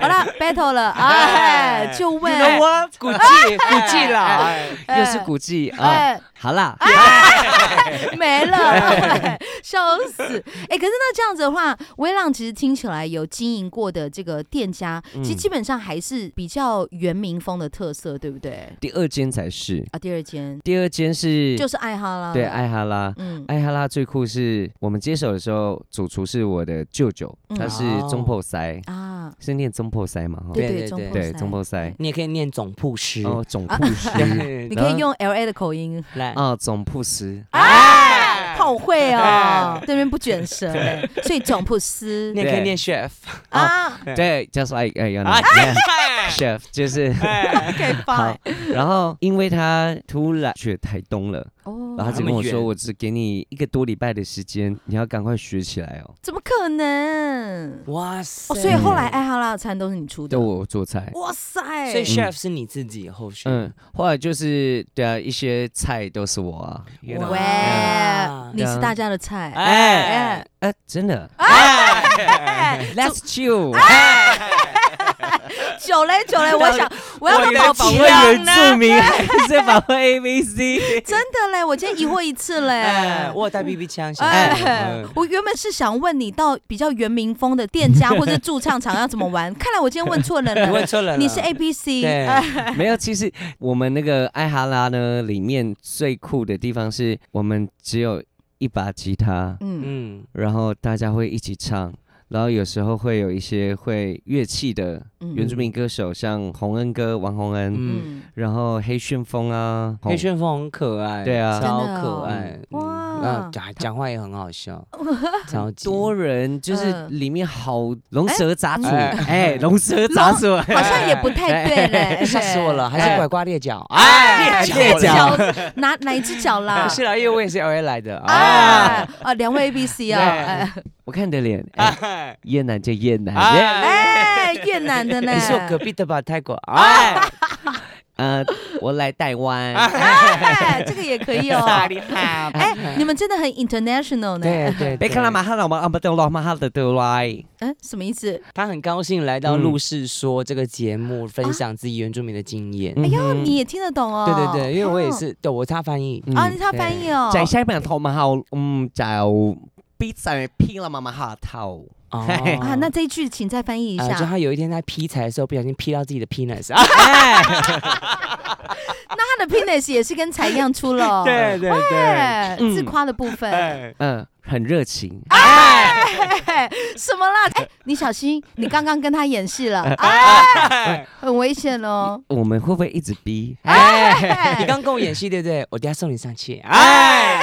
Speaker 1: 好啦
Speaker 2: 哎
Speaker 1: ，battle 了，哎，就问，
Speaker 3: 我骨气骨气啦，
Speaker 1: 哎
Speaker 2: 又是古迹啊！
Speaker 1: 哎，
Speaker 2: 好啦，
Speaker 1: 没了， 哎笑死！哎，可是那这样子的话，微浪其实听起来有经营过的这个店家，其实
Speaker 2: 嗯
Speaker 1: 基本上还是比较原民风的特色，对不对？
Speaker 2: 第二间才是，
Speaker 1: 啊，第二间
Speaker 2: 第二间是
Speaker 1: 就是爱哈啦，
Speaker 2: 对，艾哈拉，
Speaker 1: 嗯，
Speaker 2: 艾哈拉最酷是我们接手的时候，主厨是我的舅舅，
Speaker 1: 嗯
Speaker 2: 他是中破塞，
Speaker 1: 啊，
Speaker 2: 是念中破塞嘛？哈，
Speaker 1: 对
Speaker 3: 对
Speaker 1: 对
Speaker 3: 对
Speaker 1: 中
Speaker 3: 对
Speaker 1: 破
Speaker 2: 哦对，
Speaker 1: 塞
Speaker 2: 中破塞，
Speaker 3: 你也可以念总铺师，
Speaker 2: 哦，总铺师
Speaker 3: 对
Speaker 1: 嗯 你
Speaker 2: 然
Speaker 1: 可以
Speaker 2: 后
Speaker 1: 用 L A 的口音，
Speaker 3: 来，
Speaker 2: 啊，总铺师，
Speaker 1: 哎，好会哦，
Speaker 2: 哎
Speaker 1: 这边不卷舌嘞，所以总普斯
Speaker 3: 你也可以
Speaker 2: 对
Speaker 3: 念 chef，
Speaker 1: 啊，
Speaker 2: 对，just like 哎，you know，
Speaker 3: 啊
Speaker 2: yeah，chef 就是
Speaker 3: 哎
Speaker 1: 可以
Speaker 2: 好，然后因为他突然去台东了，
Speaker 1: 哦
Speaker 2: 然后他就
Speaker 3: 这么
Speaker 2: 跟我说，
Speaker 3: 远
Speaker 2: 我只给你一个多礼拜的时间，你要赶快学起来哦。
Speaker 1: 怎么可能？
Speaker 3: 哇塞！嗯
Speaker 1: 哦，所以后来哎艾哈拉的餐都是你出的
Speaker 2: 嗯对，我做菜，
Speaker 1: 哇塞，
Speaker 3: 所以 chef 是你自己后续，
Speaker 2: 嗯，后来就是对啊，一些菜都是我啊，you know
Speaker 3: 哇
Speaker 1: 喂
Speaker 3: 啊，
Speaker 1: 你是大家的菜，
Speaker 3: 哎
Speaker 2: 哎，真的
Speaker 3: 哎
Speaker 2: ，Let's chill。
Speaker 1: 久嘞久嘞，我想我要
Speaker 3: 我
Speaker 1: 跟
Speaker 3: 以为
Speaker 1: 宝宝
Speaker 2: 访
Speaker 1: 一
Speaker 2: 问
Speaker 1: 样
Speaker 2: 哎原
Speaker 1: 呢，
Speaker 2: 住民 还是在访问 A B C？
Speaker 1: 真的嘞，我今天疑惑一次嘞
Speaker 3: 哎，。我有带 BB 枪，小心
Speaker 1: 哎
Speaker 3: 嗯，
Speaker 1: 我原本是想问你到比较原民风的店家或者驻唱场要怎么玩，看来我今天问错人
Speaker 3: 你问
Speaker 1: 了。
Speaker 3: 错人了，
Speaker 1: 你是 A B C，
Speaker 3: 对，
Speaker 2: 没有，其实我们那个艾哈拉呢，里面最酷的地方是我们只有一把吉他，
Speaker 1: 嗯，
Speaker 3: 嗯，
Speaker 2: 然后大家会一起唱，然后有时候会有一些会乐器的
Speaker 1: 嗯
Speaker 2: 原住民歌手，像洪恩哥王洪恩，
Speaker 3: 嗯，
Speaker 2: 然后黑旋风啊，
Speaker 3: 黑旋风很可爱，
Speaker 2: 对啊
Speaker 3: 超
Speaker 1: 真的
Speaker 3: 可
Speaker 1: 哦
Speaker 3: 爱，
Speaker 1: 哇
Speaker 3: 嗯那讲讲话也很好笑，超级
Speaker 2: 多人就是
Speaker 1: 嗯
Speaker 2: 里面好龙蛇杂处，
Speaker 3: 哎
Speaker 2: 哎，龙蛇杂处，
Speaker 1: 好像也不太对嘞，
Speaker 3: 吓死我了，还
Speaker 2: 哎
Speaker 3: 是拐瓜裂角，哎，
Speaker 2: 蹩脚
Speaker 1: 脚哪哪一只脚啦
Speaker 3: 不？是啦，因为我也是 LA 来的啊，
Speaker 1: 啊啊，两位 A B C 啊，
Speaker 3: 对
Speaker 1: 哎
Speaker 2: 我看你的脸，哎
Speaker 3: 哎
Speaker 2: 越南就越南，
Speaker 3: 哎
Speaker 1: 哎，越南的呢？
Speaker 3: 你是我隔壁的吧？泰国，哎，
Speaker 2: 呃，我来台湾，
Speaker 3: 啊
Speaker 1: 哎， 这个也可 以哦。
Speaker 3: 厉害！
Speaker 1: 哎，你们真的很 international 呢？
Speaker 3: 对对，
Speaker 2: 哎别看了马哈老马阿巴德罗马哈的德来，
Speaker 1: 嗯，什么意思？
Speaker 3: 他很高兴来到《
Speaker 2: 嗯
Speaker 3: 路氏说》这个节目，分享自己原住民的经验。
Speaker 2: 哎
Speaker 1: 哎呦，你也听得懂哦？
Speaker 3: 嗯对对对，因为我也
Speaker 1: 哦
Speaker 3: 是，嗯对我是他翻译。
Speaker 1: 啊，你是他翻译哦。
Speaker 2: 嗯在西班牙同埋後，嗯就必就偏啦，慢慢下頭。
Speaker 3: 哦
Speaker 1: 啊，那这一句请再翻译一
Speaker 3: 呃
Speaker 1: 下哎
Speaker 3: 就。他有一天在劈柴的时候，不小心劈到自己的 penis 啊！
Speaker 1: 啊那他的 penis 也是跟财一样粗了哦。
Speaker 3: 对哎对对，
Speaker 1: 哎，
Speaker 2: 嗯
Speaker 1: 自夸的部分，
Speaker 2: 嗯，很热情。
Speaker 1: 啊哎， 什么啦？哎，你小心，你刚刚跟他演戏 了，哎，很危险哦。
Speaker 2: 我们会不会一直逼？
Speaker 1: 哎
Speaker 3: 你刚跟我演戏对不对？我等下送你上去。哎，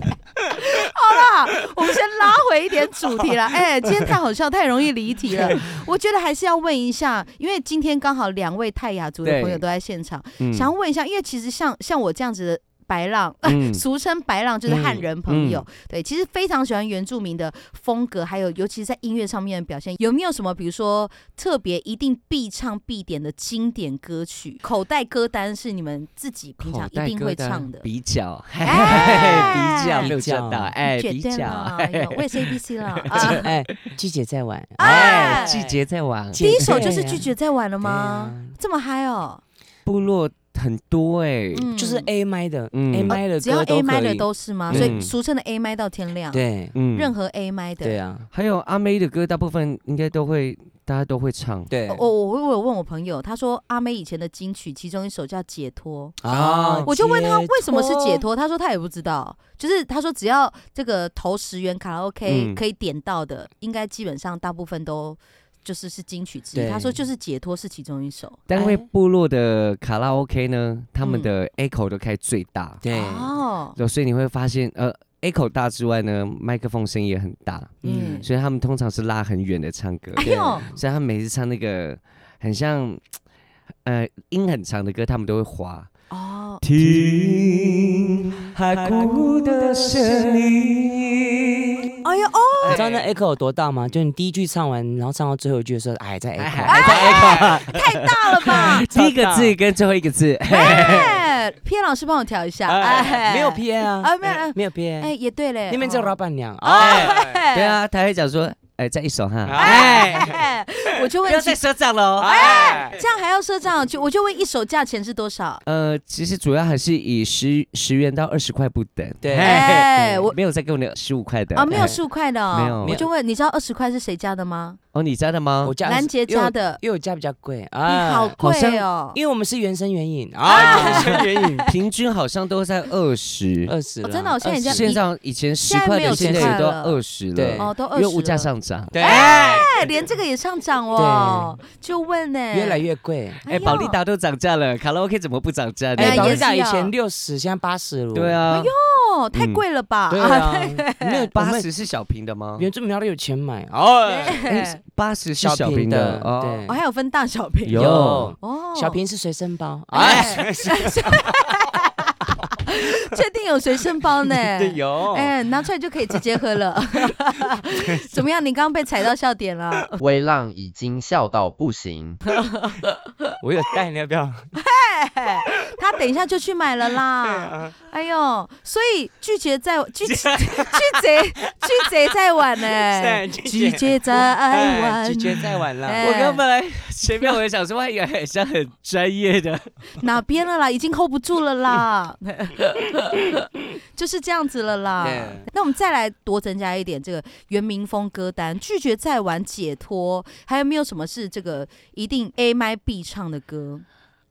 Speaker 1: 好啦， 我们先拉回一点主题 了。哎、今天太好笑，太容易离题了。我觉得还是要问一下，因为今天刚好两位泰雅族的朋友
Speaker 2: 对
Speaker 1: 都在现场，
Speaker 2: 嗯
Speaker 1: 想要问一下，因为其实像像我这样子的白浪。
Speaker 2: 嗯
Speaker 1: 俗称白浪就是汉
Speaker 3: 嗯
Speaker 1: 人朋友，对，其实非常喜欢原住民的风格，还有尤其是在音乐上面的表现，有没有什么比如说特别一定必唱必点的经典歌曲？口袋歌单是你们自己平常
Speaker 2: 口
Speaker 1: 一
Speaker 2: 袋
Speaker 1: 定
Speaker 2: 歌
Speaker 1: 会
Speaker 2: 单
Speaker 1: 唱的，
Speaker 2: 比较，嘿
Speaker 1: 哎
Speaker 2: 比较没有
Speaker 3: 比
Speaker 2: 见
Speaker 3: 较
Speaker 2: 到，哎，
Speaker 1: 决
Speaker 2: 比
Speaker 1: 定
Speaker 2: 较，
Speaker 1: 了，哎
Speaker 2: 嘿
Speaker 1: 呦我也是 A B C 了。啊
Speaker 3: 哎，季姐在玩，
Speaker 2: 哎
Speaker 1: 哎，
Speaker 2: 季节在玩，
Speaker 1: 第一首就是拒
Speaker 3: 拒绝。
Speaker 1: 绝在玩了
Speaker 3: 对
Speaker 1: 吗
Speaker 3: 啊？
Speaker 1: 这么嗨哦，
Speaker 2: 部落很多哎，
Speaker 1: 嗯
Speaker 3: 就是 A 麦的、
Speaker 2: 嗯
Speaker 3: a 麦的
Speaker 1: 只要
Speaker 3: 歌都
Speaker 1: A 麦
Speaker 3: 可
Speaker 1: 的
Speaker 3: 以，
Speaker 1: 都是吗？
Speaker 3: 嗯
Speaker 1: 所以俗称的 A 麦到天亮，
Speaker 3: 对
Speaker 2: 嗯
Speaker 1: 任何 A 麦
Speaker 3: 对
Speaker 1: 的。
Speaker 3: 啊，
Speaker 2: 还有阿妹的歌，大部分应该都会，大家都会唱。
Speaker 3: 对啊
Speaker 1: 我我我有问我朋友，他说阿妹以前的金曲其中一首叫《解脱》，
Speaker 3: 啊
Speaker 1: 我就问他为什么是解，脱，他说他也不知道，就是他说只要这个投十元卡拉 OK
Speaker 2: 嗯
Speaker 1: 可以点到的，应该基本上大部分都就是是金曲之一。
Speaker 3: 对
Speaker 1: 他说就是《解脱》是其中一首。
Speaker 2: 但因为
Speaker 3: 哎
Speaker 2: 部落的卡拉 OK 呢，他们
Speaker 1: 嗯
Speaker 2: 的 echo 都开最大，
Speaker 3: 对，
Speaker 1: 哦，
Speaker 2: 对，所以你会发现，呃，echo 大之外呢，麦克风声音也很大，
Speaker 1: 嗯
Speaker 3: 嗯，
Speaker 2: 所以他们通常是拉很远的唱歌。
Speaker 1: 哎呦，
Speaker 2: 所以他们每次唱那个很像，呃，音很长的歌，他们都会滑。
Speaker 1: 哦，
Speaker 2: 听海哭的声音，
Speaker 1: 哎呦，哦，
Speaker 3: 你知道那 echo 有多大吗？就你第一句唱完，然后唱到最后一句的时候，哎，在 echo，
Speaker 2: 还在 echo，
Speaker 1: 太大了 吧！
Speaker 2: 第一个字跟最后一个字，
Speaker 1: 哎，P 老师帮我调一下，哎，
Speaker 3: 没有 P A 啊，
Speaker 1: 啊没有
Speaker 3: 哎没有 P
Speaker 1: 哎，
Speaker 3: A，
Speaker 1: 也对嘞，
Speaker 3: 那边只有
Speaker 1: 哦
Speaker 3: 老板娘啊，
Speaker 2: 对，啊，他会讲说，哎，再一首哈，
Speaker 3: 哎，
Speaker 1: 哎， 我就
Speaker 2: 不
Speaker 1: 问
Speaker 2: 要再
Speaker 1: 这
Speaker 2: 赊账
Speaker 1: 哦
Speaker 2: 喽。
Speaker 3: 哎，
Speaker 1: 样还要赊账，就我就问一手价钱是多少？
Speaker 2: 呃，其实主要还是以十十元到二十块不等，
Speaker 3: 对
Speaker 1: 哎，我
Speaker 2: 没有再给我那十五块的
Speaker 1: 啊没有
Speaker 2: 哎
Speaker 1: 十五块的哦，
Speaker 2: 没有
Speaker 1: 我就问你知道二十块是谁家的吗？
Speaker 2: 哦，你家的吗
Speaker 3: 我？家
Speaker 1: 兰杰家，的，
Speaker 3: 因为我因为我家比较贵
Speaker 1: 你
Speaker 3: 啊，
Speaker 1: 好
Speaker 2: 好像
Speaker 1: 贵哦，
Speaker 3: 因为我们是原生原影啊，原生原 影
Speaker 2: 平均好像都在二十，
Speaker 3: 二十
Speaker 1: 哦
Speaker 3: 了，
Speaker 1: 真的哦现在已经
Speaker 2: 现在以前十
Speaker 1: 现在
Speaker 2: 块
Speaker 1: 没有
Speaker 2: 的，现
Speaker 1: 10
Speaker 2: 在也都
Speaker 1: 块了
Speaker 2: 二十了，
Speaker 3: 对
Speaker 2: 因
Speaker 1: 哦都二
Speaker 2: 为
Speaker 1: 十，
Speaker 2: 物价，上涨。
Speaker 3: 对，
Speaker 1: 哎，连这个也上涨哦，就问呢，
Speaker 3: 越来越贵。
Speaker 2: 哎，
Speaker 1: 哎
Speaker 2: 保利
Speaker 1: 呦
Speaker 2: 达都涨价了，卡拉 OK 怎么不涨价呢？
Speaker 1: 哎
Speaker 3: 哎，保
Speaker 1: 也
Speaker 3: 利达
Speaker 1: 是
Speaker 3: 以
Speaker 1: 啊
Speaker 3: 前六十，现在八十了。
Speaker 2: 对，啊，哎
Speaker 1: 哦，太贵了吧？
Speaker 3: 对啊， 没有
Speaker 2: 八十是小瓶的吗？
Speaker 3: 原住民要有钱买哦，
Speaker 1: 哎
Speaker 2: 八十是
Speaker 3: 小
Speaker 2: 小
Speaker 3: 瓶
Speaker 2: 瓶
Speaker 3: 的
Speaker 2: 的，哦，
Speaker 1: 我
Speaker 3: 对，
Speaker 1: 还有分大小瓶，
Speaker 2: 有
Speaker 1: 哦，
Speaker 3: 小瓶是随身包，
Speaker 1: 哎
Speaker 3: 哎，
Speaker 1: 确定有随身包呢？
Speaker 3: 有
Speaker 1: 哎，拿出来就可以直接喝 了。怎么样？你刚刚被踩到笑点了？
Speaker 5: 微浪已经笑到不行。
Speaker 3: 我有带，你要不要？
Speaker 1: 哎，他等一下就去买了啦。
Speaker 3: 啊，
Speaker 1: 哎呦，所以拒绝在拒拒绝拒绝在晚 呢、
Speaker 3: 对
Speaker 1: 拒
Speaker 3: 啊拒绝
Speaker 1: 绝在晚
Speaker 3: 拒，绝再晚了，
Speaker 1: 哎
Speaker 2: 我刚本来前面我也想说，哇，也很像很专业的，
Speaker 1: 哪边了啦？已经 hold 不住了 啦，就是这样子了啦。
Speaker 3: 对
Speaker 1: 那我们再来多增加一点这个原民风歌单，拒绝再玩解脱，还有没有什么是这个一定 A 麦必唱的歌？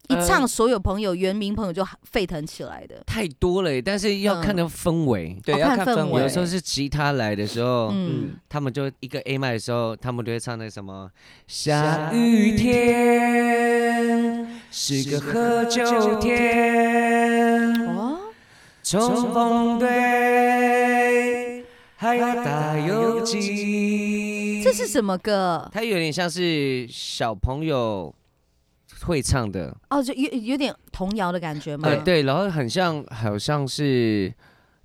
Speaker 1: 一
Speaker 3: 呃
Speaker 1: 唱，所有朋友、原民朋友就沸腾起来的。
Speaker 2: 太多了耶，但是要看那氛围。
Speaker 3: 对，
Speaker 1: 哦
Speaker 3: 要
Speaker 1: 看
Speaker 3: 看
Speaker 1: 氛
Speaker 3: 氛
Speaker 1: 围
Speaker 3: 围，
Speaker 2: 嗯有时候是吉他来的时候，
Speaker 1: 嗯
Speaker 3: 嗯，
Speaker 2: 他们就一个 A 麦的时候，他们都会唱那个什么
Speaker 3: 下
Speaker 2: 雨天是个喝酒天，
Speaker 1: 哦，
Speaker 2: 冲锋队还要打游击。
Speaker 1: 这是什么歌？
Speaker 2: 它有点像是小朋友会唱的，
Speaker 1: 哦，就有有点童谣的感觉吗？
Speaker 2: 呃，对，然后很像，好像是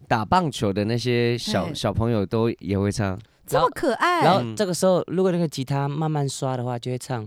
Speaker 2: 打棒球的那些小
Speaker 1: 哎
Speaker 2: 小朋友都也会唱。
Speaker 1: 这么可爱。
Speaker 3: 然后
Speaker 2: 嗯
Speaker 3: 这个时候，如果那个吉他慢慢刷的话，就会唱。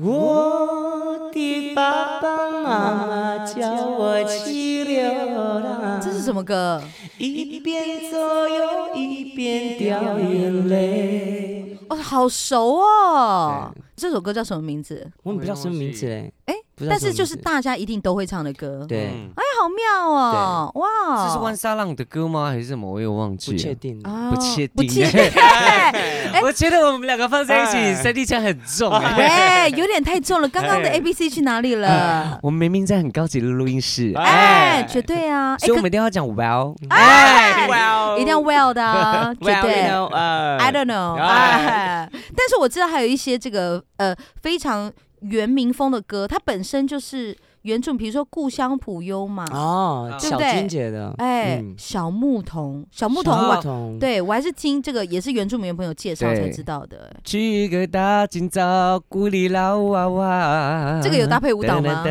Speaker 3: 我的爸爸妈妈叫我去流浪，
Speaker 1: 这是什么歌？
Speaker 3: 一边左右一边掉眼泪。
Speaker 1: 哦，好熟哦！这首歌叫什么名字？
Speaker 3: 我们不知道什么名字
Speaker 1: 哎
Speaker 3: 哎，不知道
Speaker 1: 但
Speaker 3: 什么
Speaker 1: 是就是
Speaker 3: 名字
Speaker 1: 大家一定都会唱的歌。
Speaker 3: 对
Speaker 2: 嗯
Speaker 1: 哎，好妙哦！哇，
Speaker 2: 这是万沙浪的歌吗？还是什么？我也忘记
Speaker 3: 不确
Speaker 2: 了。
Speaker 3: 定。
Speaker 1: 啊
Speaker 2: 不确
Speaker 1: 不
Speaker 2: 定
Speaker 1: 确 哎
Speaker 2: 我觉得我们两个放在一
Speaker 3: 哎
Speaker 2: 起，身体腔很重哎。
Speaker 1: 喂，有点太重了。刚刚的
Speaker 3: 哎
Speaker 1: A B C 去哪里了？
Speaker 2: 我们明明在很高级的录音室，
Speaker 1: 哎，绝对啊！哎，
Speaker 2: 所以我
Speaker 1: 可
Speaker 2: 们一定要讲 well。
Speaker 1: 哎
Speaker 3: 哇哦
Speaker 1: 一定要 well 的啊，绝
Speaker 3: Well,
Speaker 1: 对
Speaker 3: you。know, 呃
Speaker 1: I don't know，
Speaker 3: 哎
Speaker 1: 哎，但是我知道还有一些这个呃非常原民风的歌，它本身就是原著，比如说《故乡普悠》嘛，
Speaker 3: 哦，
Speaker 2: 对
Speaker 1: 不
Speaker 3: 小
Speaker 1: 对
Speaker 3: 金姐的，
Speaker 1: 哎
Speaker 3: 嗯，
Speaker 1: 小牧童，小牧童
Speaker 3: 小
Speaker 1: 我
Speaker 3: 牧童，
Speaker 1: 对我还是听这个也是原住民朋友介绍才知道的。
Speaker 2: 去个大清早，古里老娃娃。
Speaker 1: 这个有搭配舞蹈吗
Speaker 2: 哒哒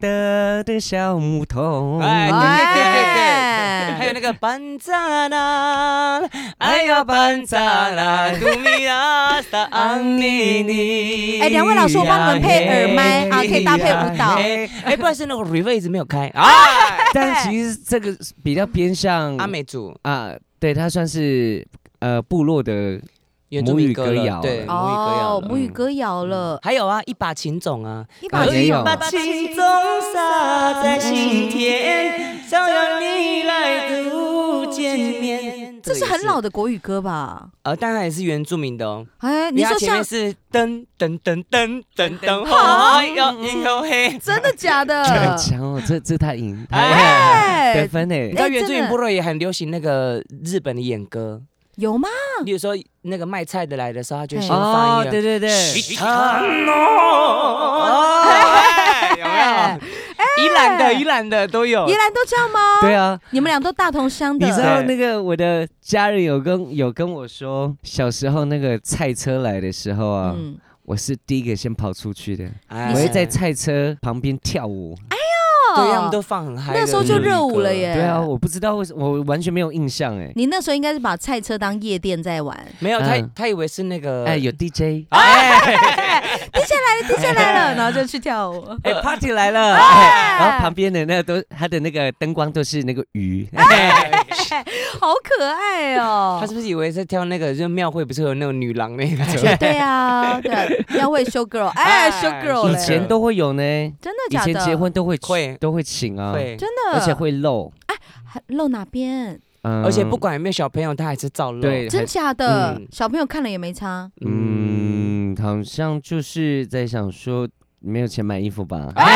Speaker 2: 哒的小牧童，
Speaker 3: 哎，对对对对对，
Speaker 1: 哎
Speaker 3: 还有那个班扎啦，哎呀班扎啦，杜米拉萨安妮妮。
Speaker 1: 哎两位老师我帮你们配耳麦啊可以搭配舞蹈
Speaker 3: 哎，哎不然是那个 r e v e r 一直没有开啊。
Speaker 2: 但其实这个比较偏向
Speaker 3: 阿美族
Speaker 2: 啊，对，它算是呃部落的
Speaker 3: 原住民
Speaker 2: 母语歌
Speaker 3: 了
Speaker 2: 谣
Speaker 3: 对，母语歌谣
Speaker 1: 哦，
Speaker 3: 了。
Speaker 1: 母语歌谣了，
Speaker 3: 还有啊，一把琴种啊，
Speaker 1: 一把
Speaker 2: 啊
Speaker 1: 琴
Speaker 2: 也有
Speaker 1: 吧
Speaker 2: 啊
Speaker 3: 把琴种撒在心田，想要你来度见面。
Speaker 1: 这是很老的国语歌吧？
Speaker 3: 呃，当然也是原住民的哦。
Speaker 1: 哎，你
Speaker 3: 因为
Speaker 1: 说
Speaker 3: 它前
Speaker 1: 像
Speaker 3: 面是噔噔噔噔噔噔，哦哎好要迎头黑。
Speaker 1: 真的假
Speaker 2: 很
Speaker 1: 的？
Speaker 2: 强哦，这这他赢，他得
Speaker 1: 呃 哎，
Speaker 2: 分诶
Speaker 3: 你知。道
Speaker 1: 哎
Speaker 3: 原住
Speaker 1: 真
Speaker 3: 民
Speaker 1: 的
Speaker 3: 部落也很流行那个日本的演歌，
Speaker 1: 有吗？
Speaker 3: 例如说那个卖菜的来的时候，他就先
Speaker 1: 哎
Speaker 3: 放一个。
Speaker 2: 哦 对对，
Speaker 3: 哦，哎有没有？宜兰的宜兰的都有
Speaker 1: 宜。兰都这样吗？
Speaker 2: 对啊，
Speaker 1: 你们俩都大同乡
Speaker 2: 你知
Speaker 1: 的，
Speaker 2: 道那个我的家人有跟有跟我说，小时候那个菜车来的时候啊，
Speaker 1: 嗯，
Speaker 2: 我是第一个先跑出去的，
Speaker 3: 哎
Speaker 2: 我会在菜车旁边跳舞。
Speaker 3: 对他们都放很嗨的
Speaker 1: 那时候就热舞了耶。
Speaker 2: 对啊，，我不知道为什我完全没有印象哎。
Speaker 1: 你那时候应该是把菜车当夜店在玩，
Speaker 3: 没有他
Speaker 2: 嗯，
Speaker 3: 他以为是那个
Speaker 2: 哎，有哎 DJ，
Speaker 1: 停下来了，然后就去跳舞。
Speaker 2: 哎，party 来了，哎然后旁边的那个都他的那个灯光都是那个鱼，
Speaker 1: 好可爱哦、
Speaker 3: 哎他是不是以为在跳那个？就庙会不是有那种女郎那个？
Speaker 1: 对啊，对啊，要为 show girl，哎
Speaker 3: 哎
Speaker 1: ，show girl，
Speaker 2: 以
Speaker 1: 嘞
Speaker 2: 前都会有呢。
Speaker 1: 真的
Speaker 2: 以
Speaker 1: 假的？
Speaker 2: 前结婚都会
Speaker 3: 会
Speaker 2: 都会请啊，
Speaker 3: 对，
Speaker 1: 真的，
Speaker 2: 而且会漏，
Speaker 1: 还露哪边？
Speaker 2: 嗯
Speaker 3: 而且不管有没有小朋友，他还是照漏。
Speaker 2: 对，
Speaker 1: 真
Speaker 2: 还
Speaker 1: 假的？
Speaker 3: 嗯
Speaker 1: 小朋友看了也没差。
Speaker 3: 嗯，
Speaker 2: 嗯，好像就是在想说没有钱买衣服吧。
Speaker 1: 啊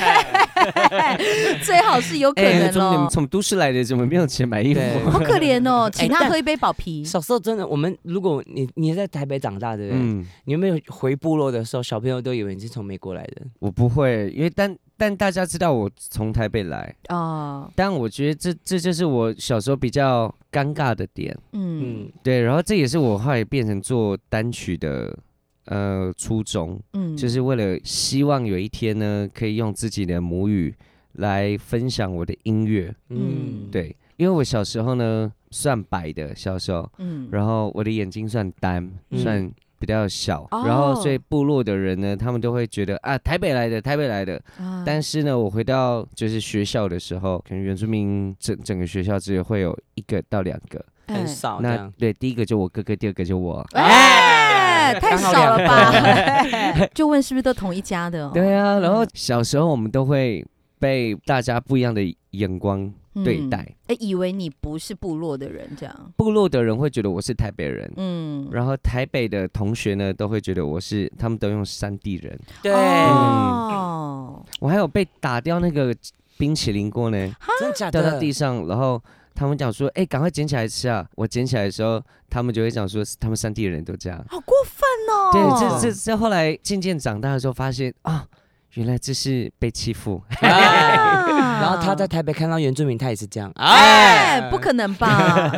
Speaker 2: 哎
Speaker 1: 最好是有可能
Speaker 2: 从你们
Speaker 1: 哦，
Speaker 2: 哎从都市来的，怎么没有钱买衣服？
Speaker 3: 对
Speaker 1: 好可怜
Speaker 2: 哎
Speaker 1: 哦，请他
Speaker 3: 但
Speaker 1: 喝一杯保啤。
Speaker 3: 小时候真的，我们如果你你在台北长大，对不对？
Speaker 2: 嗯，
Speaker 3: 你有没有回部落的时候，小朋友都以为你是从美国来的？
Speaker 2: 我不会，因为但但大家知道我从台北来，
Speaker 1: 哦，
Speaker 2: 但我觉得这这就是我小时候比较尴尬的点。
Speaker 1: 嗯
Speaker 3: 嗯，
Speaker 2: 对，然后这也是我后来变成做单曲的呃初衷，
Speaker 1: 嗯，
Speaker 2: 就是为了希望有一天呢，可以用自己的母语来分享我的音乐。
Speaker 1: 嗯，
Speaker 2: 对，因为我小时候呢算白的，小时候，
Speaker 1: 嗯
Speaker 2: 然后我的眼睛算单，
Speaker 3: 嗯
Speaker 2: 算比较小，
Speaker 1: 哦
Speaker 2: 然后所以部落的人呢，他们都会觉得啊，台北来的，台北来的。
Speaker 1: 啊
Speaker 2: 但是呢，我回到就是学校的时候，可能原住民整整个学校只有会有一个到两个。
Speaker 1: 嗯
Speaker 3: 很
Speaker 1: 哦
Speaker 3: 少这
Speaker 2: 那
Speaker 3: 样。
Speaker 2: 对，第一个就我哥哥，第二个就我。
Speaker 1: 哎、
Speaker 3: 哎
Speaker 1: 太
Speaker 3: 刚好
Speaker 1: 少了
Speaker 3: 两
Speaker 1: 吧？ 就问是不是都同一家的、哦？
Speaker 2: 对啊，然后小时候我们都会被大家不一样的眼光
Speaker 1: 嗯
Speaker 2: 对待，
Speaker 1: 哎、以为你不是部落的人，这样，
Speaker 2: 部落的人会觉得我是台北人。
Speaker 1: 嗯，
Speaker 2: 然后台北的同学呢，都会觉得我是，他们都用山地人。
Speaker 3: 对，
Speaker 1: 哦，
Speaker 2: 我还有被打掉那个冰淇淋过呢，
Speaker 3: 真的假
Speaker 2: 掉到
Speaker 3: 的？
Speaker 2: 地上，然后他们讲说：“哎、赶快捡起来吃啊！”我捡起来的时候，他们就会讲说：“他们山地人都这样。
Speaker 1: 好过分哦！
Speaker 2: 对，这这这后来渐渐长大的时候发现啊，原来这是被欺负。
Speaker 3: 哎
Speaker 1: 啊
Speaker 3: 然后他在台北看到原住民，他也是这样。
Speaker 1: 哎、
Speaker 3: 哎，
Speaker 1: 不可能吧？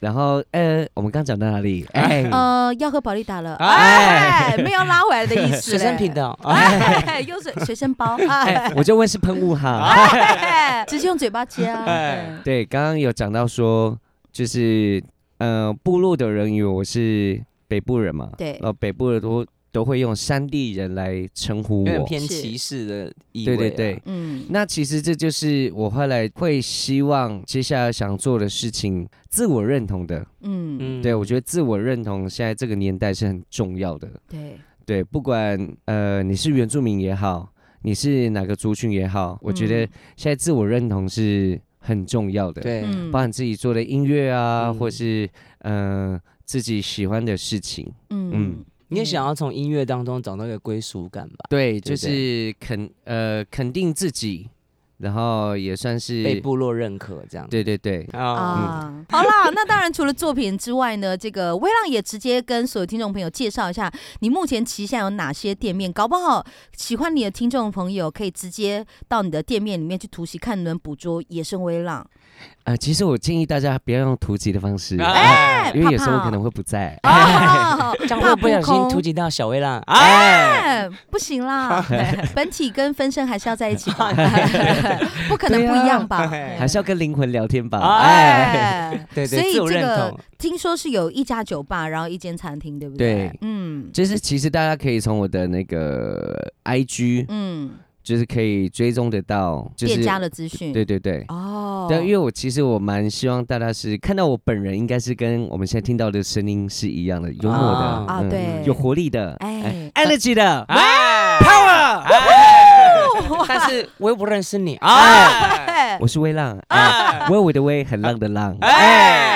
Speaker 2: 然后呃，我们刚讲到哪里？哎、
Speaker 1: 呃，要喝保利达了，哎
Speaker 3: 哎，
Speaker 1: 没有拉回来的意 思，
Speaker 3: 学生品的，哦，
Speaker 1: 哎，又是学生包，哎，
Speaker 2: 我就问是喷雾 哈。
Speaker 1: 哎直接用嘴巴接啊，哎
Speaker 3: 哎
Speaker 2: 对，刚刚有讲到说，就是呃，部落的人以为我是北部人嘛，
Speaker 1: 对
Speaker 2: 然后北部人都都会用山地人来称呼
Speaker 3: 有点
Speaker 2: 我。
Speaker 3: 偏
Speaker 1: 是
Speaker 3: 歧视的意味
Speaker 2: 对对
Speaker 3: 啊。
Speaker 2: 对，
Speaker 1: 嗯，
Speaker 2: 那其实这就是我后来会希望接下来想做的事情，自我认同的。
Speaker 1: 嗯，
Speaker 3: 嗯
Speaker 2: 对我觉得自我认同现在这个年代是很重要的。
Speaker 1: 对，
Speaker 2: 对，不管呃你是原住民也好，你是哪个族群也好，我觉得
Speaker 1: 嗯
Speaker 2: 现在自我认同是很重要的。，
Speaker 3: 对，
Speaker 1: 嗯
Speaker 2: 包含自己做的音乐啊，
Speaker 3: 嗯
Speaker 2: 或是呃自己喜欢的事情。
Speaker 1: 嗯
Speaker 2: 嗯
Speaker 3: 你也想要从音乐当中找到一个归属感吧？
Speaker 2: 对，就
Speaker 3: 对
Speaker 2: 是肯呃肯定自己，然后也算是
Speaker 3: 被部落认可这样。
Speaker 2: 嗯对对对，
Speaker 3: 啊，
Speaker 1: 啊，好啦，那当然除了作品之外呢，这个微浪也直接跟所有听众朋友介绍一下，你目前旗下有哪些店面？搞不好喜欢你的听众朋友可以直接到你的店面里面去突袭，看能不能捕捉野生微浪。
Speaker 2: 呃，其实我建议大家不要用突击的方式，
Speaker 3: 哎
Speaker 2: 因为有时候我
Speaker 1: 怕怕
Speaker 2: 可能会不在。
Speaker 1: 哦，
Speaker 3: 这样
Speaker 1: 怕
Speaker 3: 会不小
Speaker 1: 空
Speaker 3: 心突击到小微浪。哎，
Speaker 1: 哎，不行啦，本体跟分身还是要在一起吧，不可能不一样吧？
Speaker 3: 对啊
Speaker 2: 还是要跟灵魂聊天吧。哎，
Speaker 1: 哎，
Speaker 3: 对
Speaker 1: 所以
Speaker 3: 对，自我
Speaker 1: 这
Speaker 3: 认
Speaker 1: 个
Speaker 3: 同。
Speaker 1: 听说是有一家酒吧，然后一间餐厅，对不对？
Speaker 2: 对
Speaker 1: 嗯
Speaker 2: 就是其实大家可以从我的那个 IG，
Speaker 1: 嗯，
Speaker 2: 就是可以追踪得到，就是
Speaker 1: 店家的资讯，
Speaker 2: 对对对。
Speaker 1: 哦，
Speaker 2: 但因为我其实我蛮希望大家是看到我本人，应该是跟我们现在听到的声音是一样的，幽默的
Speaker 3: 啊
Speaker 1: 啊
Speaker 2: 嗯
Speaker 1: 对
Speaker 2: 有活力的，
Speaker 1: 哎
Speaker 2: 哎，energy 的，
Speaker 3: 哎，power！但是我又不认识你啊！
Speaker 1: 哎
Speaker 2: 我是微浪，哎，微微的微，很浪的浪，
Speaker 3: 哎，嗯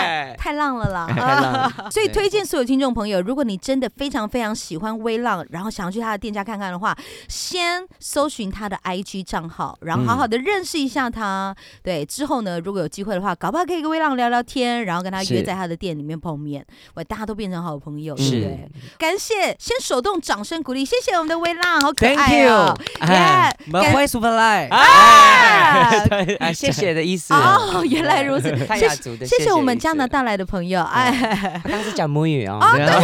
Speaker 1: 太浪了 啦！
Speaker 3: 太浪了
Speaker 1: 啊所以推荐所有听众朋友，如果你真的非常非常喜欢微浪，然后想要去他的店家看看的话，先搜寻他的 IG 账号，然后好好的认识一下他。对，之后呢，如果有机会的话，搞不好可以跟微浪聊聊天，然后跟他约
Speaker 2: 是
Speaker 1: 在他的店里面碰面，喂，大家都变成好朋友，对
Speaker 2: 是
Speaker 1: 不对？感谢，先手动掌声鼓励，谢谢我们的微浪，好可爱哦！
Speaker 2: 哎，我们
Speaker 1: 感
Speaker 2: 欢迎 Super Live，
Speaker 1: 哎
Speaker 3: 哎，谢谢的意思。
Speaker 1: 哦，原来如此，
Speaker 3: 泰
Speaker 1: 谢
Speaker 3: 雅
Speaker 1: 谢
Speaker 3: 族的，
Speaker 1: 谢谢我们
Speaker 3: 的意思
Speaker 1: 加拿，大来的朋友，哎，
Speaker 3: 他刚刚是讲母语哦。
Speaker 2: 对啊，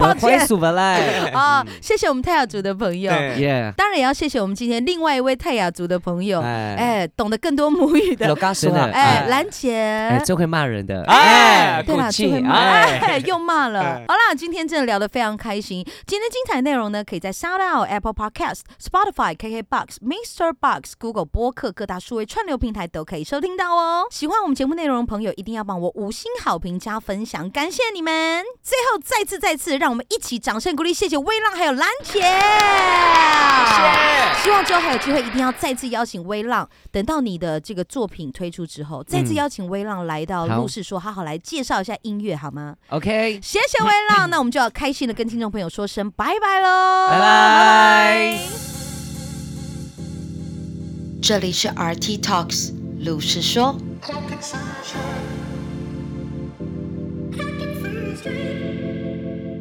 Speaker 2: 我们欢迎嗯 Super Live，
Speaker 1: 哦，谢谢我们泰雅族的朋友，
Speaker 3: 对，
Speaker 2: 耶，
Speaker 1: 当然也要谢谢我们今天另外一位泰雅族的朋友，
Speaker 3: 哎，
Speaker 1: 哎，懂得更多母语的
Speaker 3: 老，嘎说
Speaker 2: 真的
Speaker 1: 哎，
Speaker 2: 嗯哎
Speaker 1: 兰姐
Speaker 2: 哎，。这会骂人 的，
Speaker 3: 哎，
Speaker 1: 对
Speaker 3: 骨
Speaker 1: 啦，就
Speaker 3: 气
Speaker 1: 会，骂，
Speaker 3: 哎，
Speaker 1: 哎， 又骂了。好啦，今天真的聊得非常开心。今天精彩内容呢，可以在 SoundOut、Apple Podcast、Spotify、KKBox、Mr. Box、Google 播客各大数位串流平台都可以收听到哦。喜欢我们节目内容的朋友，一定要帮我五星好评加分享，感谢你们。最后再次再次，让我们一起掌声鼓励，谢谢微浪还有兰姐。希望之后还有机会，一定要再次邀请微浪。等到你的这个作品推出之后，再
Speaker 3: 嗯
Speaker 1: 次邀请微浪来到
Speaker 2: 好
Speaker 1: 录室说，好好来介绍一下音乐好吗？
Speaker 2: ，OK，
Speaker 1: 谢谢微 浪，那我们就要开心的跟听众朋友说声拜拜喽，
Speaker 2: 拜拜。
Speaker 4: 这里是 RT Talks 鲁是说。
Speaker 5: Hawkins Street. Hawkins Street.